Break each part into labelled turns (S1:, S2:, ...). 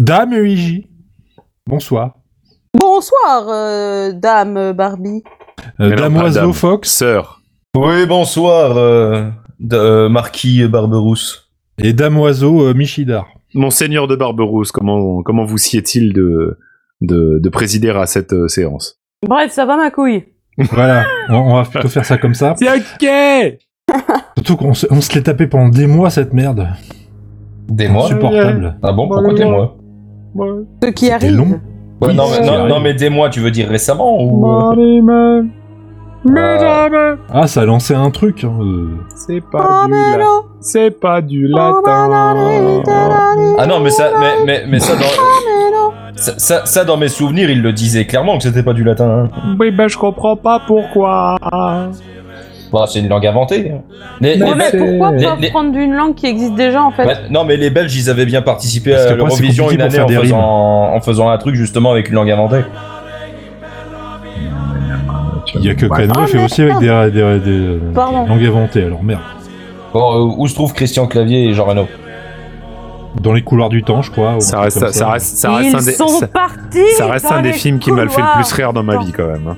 S1: Dame Eiji, bonsoir.
S2: Bonsoir, euh, dame Barbie.
S1: Euh,
S3: Mais non,
S1: Dame
S3: pas
S1: Oiseau
S3: dame.
S1: Fox
S3: Sœur.
S4: Oui, bonsoir, euh, d- euh, Marquis Barberousse.
S1: et Dame Oiseau euh, Michidar.
S3: Monseigneur de Barberousse, comment, comment vous sied-il de, de, de présider à cette euh, séance
S2: Bref, ça va ma couille.
S1: Voilà, on, on va plutôt faire ça comme ça.
S5: C'est ok
S1: Surtout qu'on se, on se l'est tapé pendant des mois cette merde.
S4: Des mois
S1: Insupportable.
S4: Ah bon, pourquoi des mois
S2: Ce qui
S1: C'était
S2: arrive.
S1: long.
S4: Ouais,
S1: Oui,
S4: non, mais,
S1: c'est
S4: non,
S1: vrai.
S4: non, mais des mois, tu veux dire récemment ou... euh,
S5: Mesdames,
S1: Ah, ça a lancé un truc. hein, euh.
S5: c'est
S2: Oh,
S5: pas du
S2: mais
S5: latin.
S2: non.
S5: C'est pas du
S2: Oh, mais non,
S5: latin.
S4: Ah non, mais ça, mais, mais, mais ça, dans,
S2: mais non.
S4: ça, ça- ça, dans mes souvenirs, il le disait clairement que c'était pas du latin. hein.
S5: Oui, ben je comprends pas pourquoi.
S4: Bah, c'est une langue inventée. hein. Les-
S5: Non,
S4: les
S2: Ouais, mais
S4: Belges-
S2: pourquoi
S4: les-
S2: pas
S4: les-
S2: prendre d'une langue qui existe déjà en fait
S4: bah, non, mais les Belges, ils avaient bien participé
S1: Parce
S4: à
S1: qu'après, c'est
S4: l'Eurovision
S1: compliqué
S4: une
S1: pour faire
S4: année en
S1: des rimes.
S4: faisant, en faisant un truc justement avec une langue inventée.
S1: Il y a que
S5: Ouais.
S1: Kanoé
S2: Ah,
S1: fait
S2: mais
S1: aussi avec des, des, des-
S2: Pardon.
S1: des langues inventées, alors merde.
S4: Bon, euh, où se trouvent Christian Clavier et Jean Reno
S1: Dans les couloirs du temps, je crois. ou
S3: ça
S1: un truc
S3: reste,
S1: comme
S3: ça. reste, ça reste
S2: Ils
S3: un des,
S2: sont
S3: ça-
S2: partis
S3: ça reste
S2: dans
S3: un des
S2: les
S3: films qui m'a le fait le
S2: couloirs.
S3: plus rire dans ma vie quand même. hein.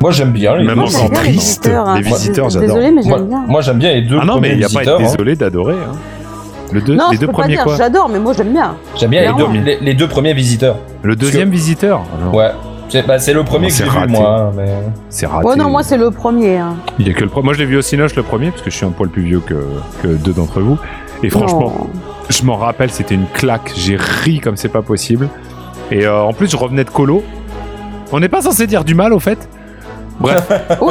S4: Moi, j'aime bien les
S3: Même
S4: deux.
S2: Moi,
S3: encore
S2: j'aime bien les
S3: triste.
S2: visiteurs, hein.
S3: Les visiteurs,
S2: Je-
S3: j'adore.
S2: Désolé, mais
S4: Moi,
S2: j'aime bien.
S4: moi, j'aime bien les deux
S3: Ah non, mais
S4: premiers
S3: il n'y a pas à être
S4: visiteurs. hein.
S3: désolé d'adorer. hein. Le deux-
S2: non,
S3: les
S2: je
S3: deux
S2: peux pas
S3: premiers
S2: dire
S3: quoi
S2: j'adore, mais moi j'aime bien.
S4: J'aime bien les
S2: Clairement.
S4: deux, les, les deux premiers visiteurs.
S3: Le deuxième visiteur Oh, Alors,
S4: Ouais. C'est bah, c'est le premier
S3: Oh,
S4: que
S3: c'est
S4: j'ai vu,
S3: raté.
S4: moi. hein, mais-
S3: C'est raté.
S2: Ouais, non, moi c'est le premier. hein.
S3: Il y a que le pre- Moi, je l'ai vu au Cinoche le premier, parce que je suis un poil plus vieux que, que deux d'entre vous. Et franchement,
S2: Non.
S3: je m'en rappelle, c'était une claque. J'ai ri comme c'est pas possible. Et euh, en plus, je revenais de colo. On n'est pas censé dire du mal, au fait.
S2: Ouais,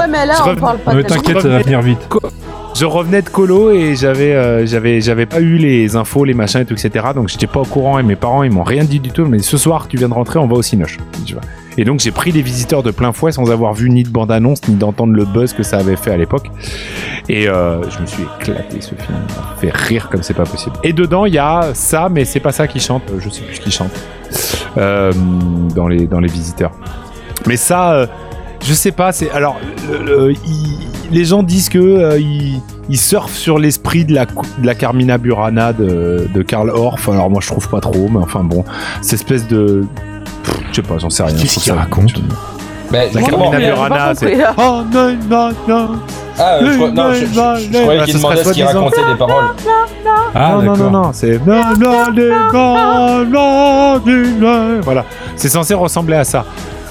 S2: mais là
S3: Je
S2: on
S3: rev-
S2: parle pas
S1: ça. Mais
S2: tellement.
S1: t'inquiète, ça va venir vite.
S3: Je revenais de colo et j'avais, euh, j'avais, j'avais pas eu les infos, les machins et tout, etc. Donc j'étais pas au courant et mes parents ils m'ont rien dit du tout. Mais ce soir tu viens de rentrer, on va au Cinoche. Tu vois. Et donc j'ai pris les visiteurs de plein fouet sans avoir vu ni de bande annonce ni d'entendre le buzz que ça avait fait à l'époque. Et euh, je me suis éclaté ce film, Il m'a fait rire comme c'est pas possible. Et dedans il y a ça, mais c'est pas ça qui chante. Euh, Je sais plus qui chante Euh, dans les dans les visiteurs. Mais ça. euh, je sais pas, c'est alors le- le- il- les gens disent que euh, ils, ils surfent sur l'esprit de la cou- de la Carmina Burana de, de Karl Orff. Alors moi je trouve pas trop, mais enfin bon, cette espèce de Pff, je sais pas, j'en sais rien.
S1: Qu'est-ce
S3: Je trouve
S1: qu'il
S3: ça-
S1: raconte
S4: Bah,
S3: La
S4: clairement.
S3: Carmina
S2: J'ai pas
S3: Burana,
S2: compris,
S3: c'est
S2: là.
S3: Oh non non non.
S4: Ah, euh, je, crois- non, je, je- je- je croyais
S3: Ah,
S4: qu'il
S3: ce serait
S4: demandait ce qu'il
S3: soi-disant.
S4: racontait des paroles.
S1: Ah,
S3: non, non, non,
S1: d'accord.
S3: non, c'est. Non, non, non, non, non, non. Voilà, c'est censé ressembler à ça.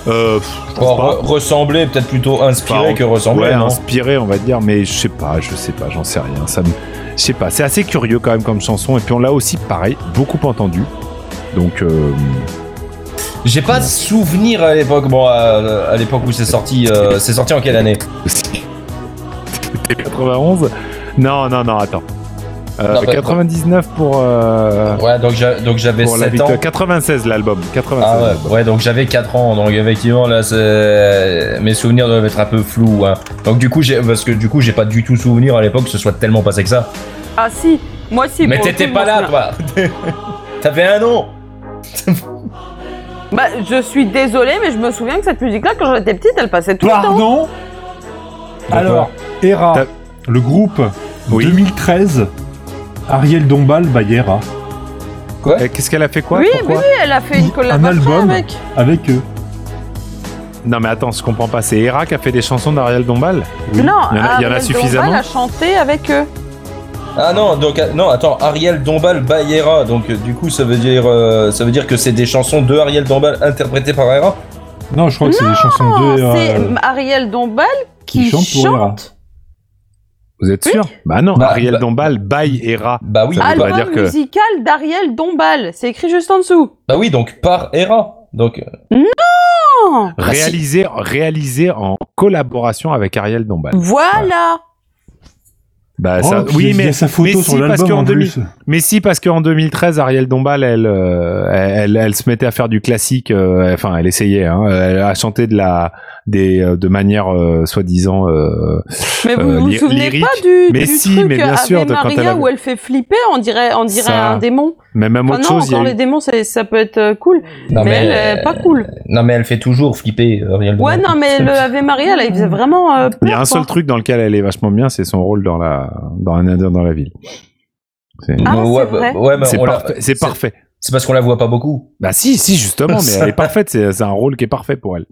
S3: Euh, pff, je pense
S4: Bon,
S3: pas.
S4: re- ressembler, peut-être plutôt inspiré
S3: Enfin,
S4: que ressembler.
S3: ouais,
S4: non
S3: inspiré, on va dire, mais je sais pas, je sais pas, j'en sais rien. Ça me... Je sais pas, c'est assez curieux quand même comme chanson. Et puis on l'a aussi, pareil, beaucoup entendu. Donc, euh,
S4: J'ai pas de souvenir à l'époque. Bon, à, à l'époque où c'est sorti, euh, c'est sorti en quelle année
S3: c'était 91 Non, non, non, attends. Euh,
S4: Non, bah,
S3: 99 pour, euh,
S4: Ouais, donc j'a- donc j'avais
S3: pour la
S4: 7 ans.
S3: victoire. 96 l'album. 96.
S4: Ah ouais, ouais, donc j'avais 4 ans, donc effectivement là, c'est- mes souvenirs doivent être un peu flous. hein. Donc du coup, j'ai- parce que du coup, j'ai pas du tout souvenir à l'époque que ce soit tellement passé que ça.
S2: Ah si, moi si.
S4: Mais
S2: pour le
S4: t'étais
S2: coup,
S4: pas
S2: je m'en
S4: là, toi. T'avais un an.
S2: souviens. Bah, je suis désolée, mais je me souviens que cette musique-là, quand j'étais petite, elle passait tout le temps.
S1: Pardon Alors, Era,
S3: T'as-
S1: le groupe
S3: Oui.
S1: 2013, Ariel Dombal, by Era,
S3: Euh, Qu'est-ce qu'elle a fait quoi
S2: Oui,
S3: Pourquoi
S2: Elle a fait une
S1: un
S2: collaboration
S1: album
S2: avec.
S1: avec eux.
S3: Non, mais attends, je comprends pas. C'est Hera qui a fait des chansons d'Ariel Dombal
S1: Oui.
S2: Non,
S3: Il y en a- il y en a
S2: Ariel Dombal
S3: suffisamment.
S2: a chanté avec eux.
S4: Ah non, donc ah, non, attends, Ariel Dombal Bayera. Donc euh, du coup, ça veut dire, euh, ça veut dire que c'est des chansons de Ariel Dombal interprétées par Hera.
S1: Non, je crois que c'est des chansons
S2: Non,
S1: de Era.
S2: Oh, c'est
S1: euh,
S2: Ariel Dombal qui
S1: qui chante
S2: chante.
S1: pour Hera.
S3: Vous êtes sûr Bah non,
S4: Bah,
S3: Ariel
S4: bah-
S3: Dombal, by Hera.
S4: Bah oui,
S3: Ça veut
S4: bah,
S3: pas dire
S2: Album
S3: que-
S2: musical d'Ariel Dombal. C'est écrit juste en dessous.
S4: bah oui, donc par Hera. Donc euh,
S2: Oh,
S4: Ah, si.
S3: Réalisé, réalisé en collaboration avec Ariel Dombal.
S2: voilà.
S3: Bah,
S1: oh,
S3: ça,
S1: puis
S3: oui,
S1: il y
S3: mais,
S1: a sa photo
S3: mais
S1: sur
S3: si, parce
S1: l'album
S3: qu'en
S1: en
S3: 2000
S1: plus.
S3: mais si, parce qu'en 2013, Ariel Dombal, elle, euh, elle, elle se mettait à faire du classique, euh, enfin, elle essayait, hein, elle a chanté de la, des, euh, de manière euh, soi-disant. euh,
S2: Mais vous
S3: euh,
S2: vous
S3: lyri-
S2: souvenez
S3: lyrique.
S2: pas du,
S3: Mais
S2: du
S3: si,
S2: truc
S3: mais bien
S2: Ave
S3: sûr, de quand
S2: Maria
S3: elle a-
S2: où elle fait flipper On dirait, on dirait
S3: Ça-
S2: un démon.
S3: mais même
S2: Enfin,
S3: autre
S2: non,
S3: chose, il y a
S2: encore
S3: eu- Ah,
S2: les démons, c'est- ça peut être euh, cool.
S4: non
S2: mais
S4: mais,
S2: elle,
S4: euh,
S2: euh, pas cool.
S4: non mais elle fait toujours flipper euh, Ariel
S2: Ouais,
S4: Dombal.
S2: non, mais euh, le Ave Maria, là, il faisait vraiment. euh, peur,
S3: il y a un
S2: quoi.
S3: seul truc dans lequel elle est vachement bien, c'est son rôle dans la, dans un indien dans la ville. C'est
S2: Ah,
S4: ouais,
S2: c'est vrai.
S4: bah- ouais, bah,
S3: c'est
S4: on l'a-
S3: parfait. C'est parfait.
S4: C'est parce qu'on la voit pas beaucoup.
S3: Bah si, si, justement, mais elle est parfaite, c'est c'est un rôle qui est parfait pour elle.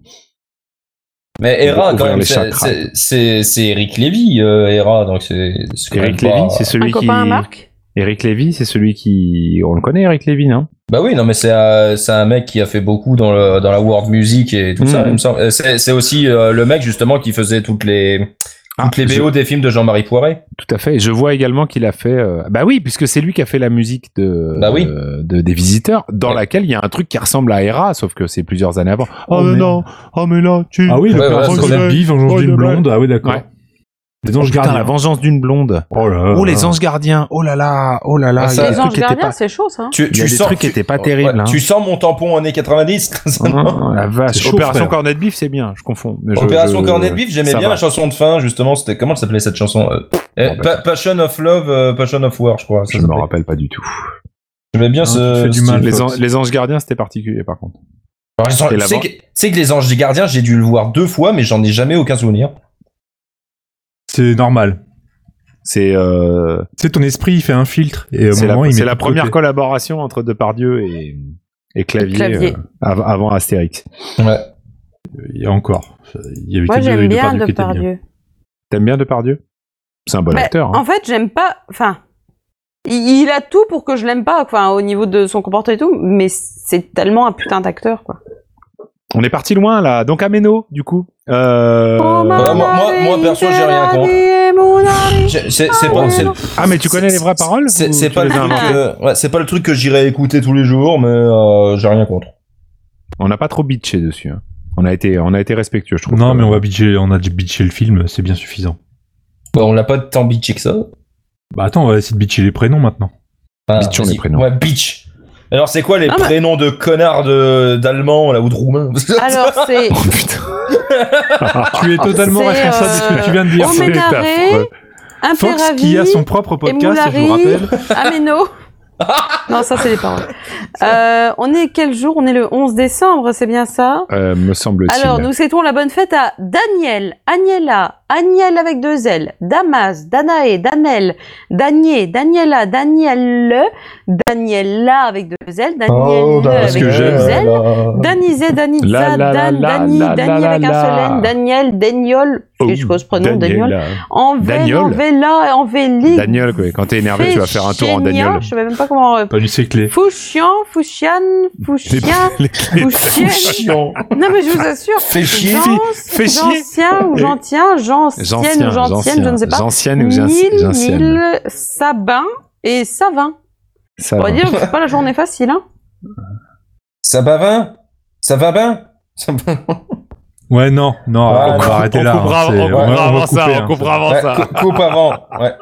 S4: Mais
S3: On va
S4: Hera,
S3: ouvrir
S4: quand même,
S3: les
S4: c'est-
S3: chakras.
S4: c'est- c'est c'est Eric Lévy, euh, Hera, donc c'est. c'est quand
S3: Eric
S4: même pas-
S3: Lévy, c'est celui
S2: Un
S3: qui.
S2: copain à Marc
S3: Bah, Eric Lévy, c'est celui qui. On le connaît, Eric Lévy, non
S4: Bah oui, non, mais c'est euh, c'est un mec qui a fait beaucoup dans, le, dans la world music et tout ça,
S3: Mhm.
S4: il me semble. Euh, C'est c'est aussi euh, le mec, justement, qui faisait toutes les, toutes les
S3: je-
S4: BO des films de Jean-Marie Poiret.
S3: Tout à fait. Et je vois également qu'il a fait. euh, Bah oui, puisque c'est lui qui a fait la musique de,
S4: Bah oui.
S3: euh, de- des visiteurs, dans
S4: Ouais.
S3: laquelle il y a un truc qui ressemble à Hera, sauf que c'est plusieurs années avant.
S1: Oh, mais-
S5: oh mais là, tu.
S1: Ah oui,
S4: Ouais,
S1: le
S4: voilà,
S1: pervers
S4: c'est
S1: quand
S4: ça.
S1: il bille, vengeance
S5: Oh,
S1: d'une
S5: de
S1: blonde. Ah oui, d'accord.
S3: Ouais.
S1: Les anges
S3: Putain, la
S1: gardiens.
S3: vengeance d'une blonde.
S1: Oh là là.
S3: Oh les anges gardiens. Oh là là. Oh là là.
S4: Ah,
S3: il y
S4: ça-
S3: a des
S2: Les
S3: trucs
S2: anges
S3: qui étaient
S2: gardiens,
S3: pas-
S2: c'est chaud ça. hein.
S4: Tu,
S3: Il y a des
S4: sens
S3: trucs qui étaient pas terribles, hein.
S4: Tu sens mon tampon années 90
S3: Oh, la vache.
S1: C'est chaud,
S3: Opération
S1: frère.
S3: Cornet de Bif, c'est bien. Je confonds. Mais je-
S4: Opération
S3: je-
S4: Cornet de Beef, j'aimais
S3: ça
S4: bien
S3: va.
S4: la chanson de fin, justement. C'était comment s'appelait cette chanson Euh, eh,
S3: bah,
S4: Pa- Passion of Love, euh, Passion of War, je crois. ça
S3: Je me
S4: s'appelait.
S3: rappelle pas du tout.
S4: J'aimais bien
S1: Ah,
S4: ce.
S1: tu te fais du
S4: ce-
S1: mal.
S3: Les,
S1: Fox.
S3: an- les anges gardiens, c'était particulier par contre.
S4: Alors, les anges-
S3: C'était la
S4: c'est
S3: vente.
S4: que, c'est que les anges des gardiens, j'ai dû le voir deux fois, mais j'en ai jamais aucun souvenir.
S1: C'est normal.
S3: C'est euh,
S1: Tu sais, ton esprit, il fait un filtre. Et au
S3: c'est la,
S1: moment, il
S3: c'est
S1: met
S3: la
S1: tout de
S3: première
S1: côté.
S3: collaboration entre Depardieu et, et Clavier,
S2: Clavier.
S3: euh, av- avant Astérix.
S4: Ouais.
S1: Il y a encore. Il y avait
S2: Moi
S1: que deux-
S2: j'aime bien
S1: Depardieu qui était
S2: Depardieu.
S3: T'aimes bien Depardieu C'est un bon
S2: Mais
S3: acteur. hein.
S2: En fait, j'aime pas. Enfin, il, il a tout pour que je l'aime pas, enfin, au niveau de son comportement et tout, mais c'est tellement un putain d'acteur, quoi.
S3: On est parti loin là. Donc à Méno, du coup. Euh,
S2: Oh,
S4: bah, moi- moi- moi, perso, j'ai rien contre. J'ai- C'est c'est pas. c'est-
S3: Ah mais tu connais les vraies paroles
S4: C'est
S3: ou
S4: c'est
S3: tu
S4: pas, le
S3: les as
S4: truc
S3: inventées
S4: que- ouais, c'est pas le truc que j'irai écouter tous les jours, mais euh, j'ai rien contre.
S3: On n'a pas trop bitché dessus. hein. On a été, on a été respectueux, je trouve.
S1: Non, mais on va bitcher, on a déjà bitché le film, c'est bien suffisant.
S4: Bah, on l'a pas tant bitché que ça.
S1: Bah attends, on va essayer de bitcher les prénoms maintenant.
S4: Ah,
S3: Bitchons
S4: vas-y.
S3: les prénoms.
S4: Ouais, bitch. Alors, c'est quoi les
S2: Ah, bah-
S4: prénoms de connards de- d'allemands là, ou de roumains
S2: Alors, c'est.
S3: Oh putain. Ah,
S1: tu es totalement
S2: C'est,
S1: responsable de ce
S2: euh,
S1: que tu viens de dire.
S2: Roméo
S1: Félix.
S2: Carré,
S3: affreux.
S1: Fox qui
S2: Impéravi,
S1: a son propre podcast, je vous
S2: Moulari.
S1: rappelle.
S2: Ameno. non, ça, c'est les paroles. Euh, on est quel jour On est le 11 décembre, c'est bien ça
S3: Euh, me semble-t-il.
S2: Alors, nous souhaitons la bonne fête à Daniel, Agnella, Agnel avec deux L, Damas, Danae, Danel, Danier, Daniela, Daniel, Daniela avec deux L,
S1: ce
S2: Daniel
S4: Oh,
S3: Oh,
S4: bah,
S2: avec
S1: que j'aime,
S2: deux L,
S4: euh,
S2: Danizé,
S3: La,
S2: Danitza,
S3: la, la,
S2: Dan,
S3: la,
S2: Dani,
S3: la, la,
S2: Daniel avec
S3: la.
S2: un seul N, Daniel, Daniol,
S3: Oh,
S2: je suppose prénom, Daniel,
S3: Daniel.
S2: en Ven,
S3: Daniel.
S2: en Vela, en Véli,
S3: Daniel, quoi. quand t'es énervé, tu vas faire un tour en
S2: Féchénia,
S3: Daniel.
S2: Je sais même pas comment. euh,
S1: Pas du Bah, c'est clé.
S2: Fouchian, Fouchian, Fouchien, Fouchienne. Non mais je vous assure.
S4: Fais chier.
S2: Jean,
S3: fais chier.
S2: Gentien ou Gentien, Gentienne ou Gentienne, je ne sais pas.
S3: J'ancienne ou
S2: Nil,
S3: j'ancienne.
S2: Nil, Sabin et Savin.
S3: Ça
S2: On
S3: va.
S2: va dire que c'est pas la journée facile, hein.
S4: Ça va bien Ça va bien Ça va-
S1: Ouais, non, non,
S4: Ah,
S1: on
S4: non.
S1: va arrêter
S5: On
S1: là.
S5: coupera,
S1: hein, c'est-
S5: on
S1: on va-
S5: coupera
S1: on va
S5: avant ça,
S1: couper,
S5: on
S1: hein.
S5: coupera avant
S4: Ouais,
S5: ça.
S4: cou- Coupe avant. Ouais.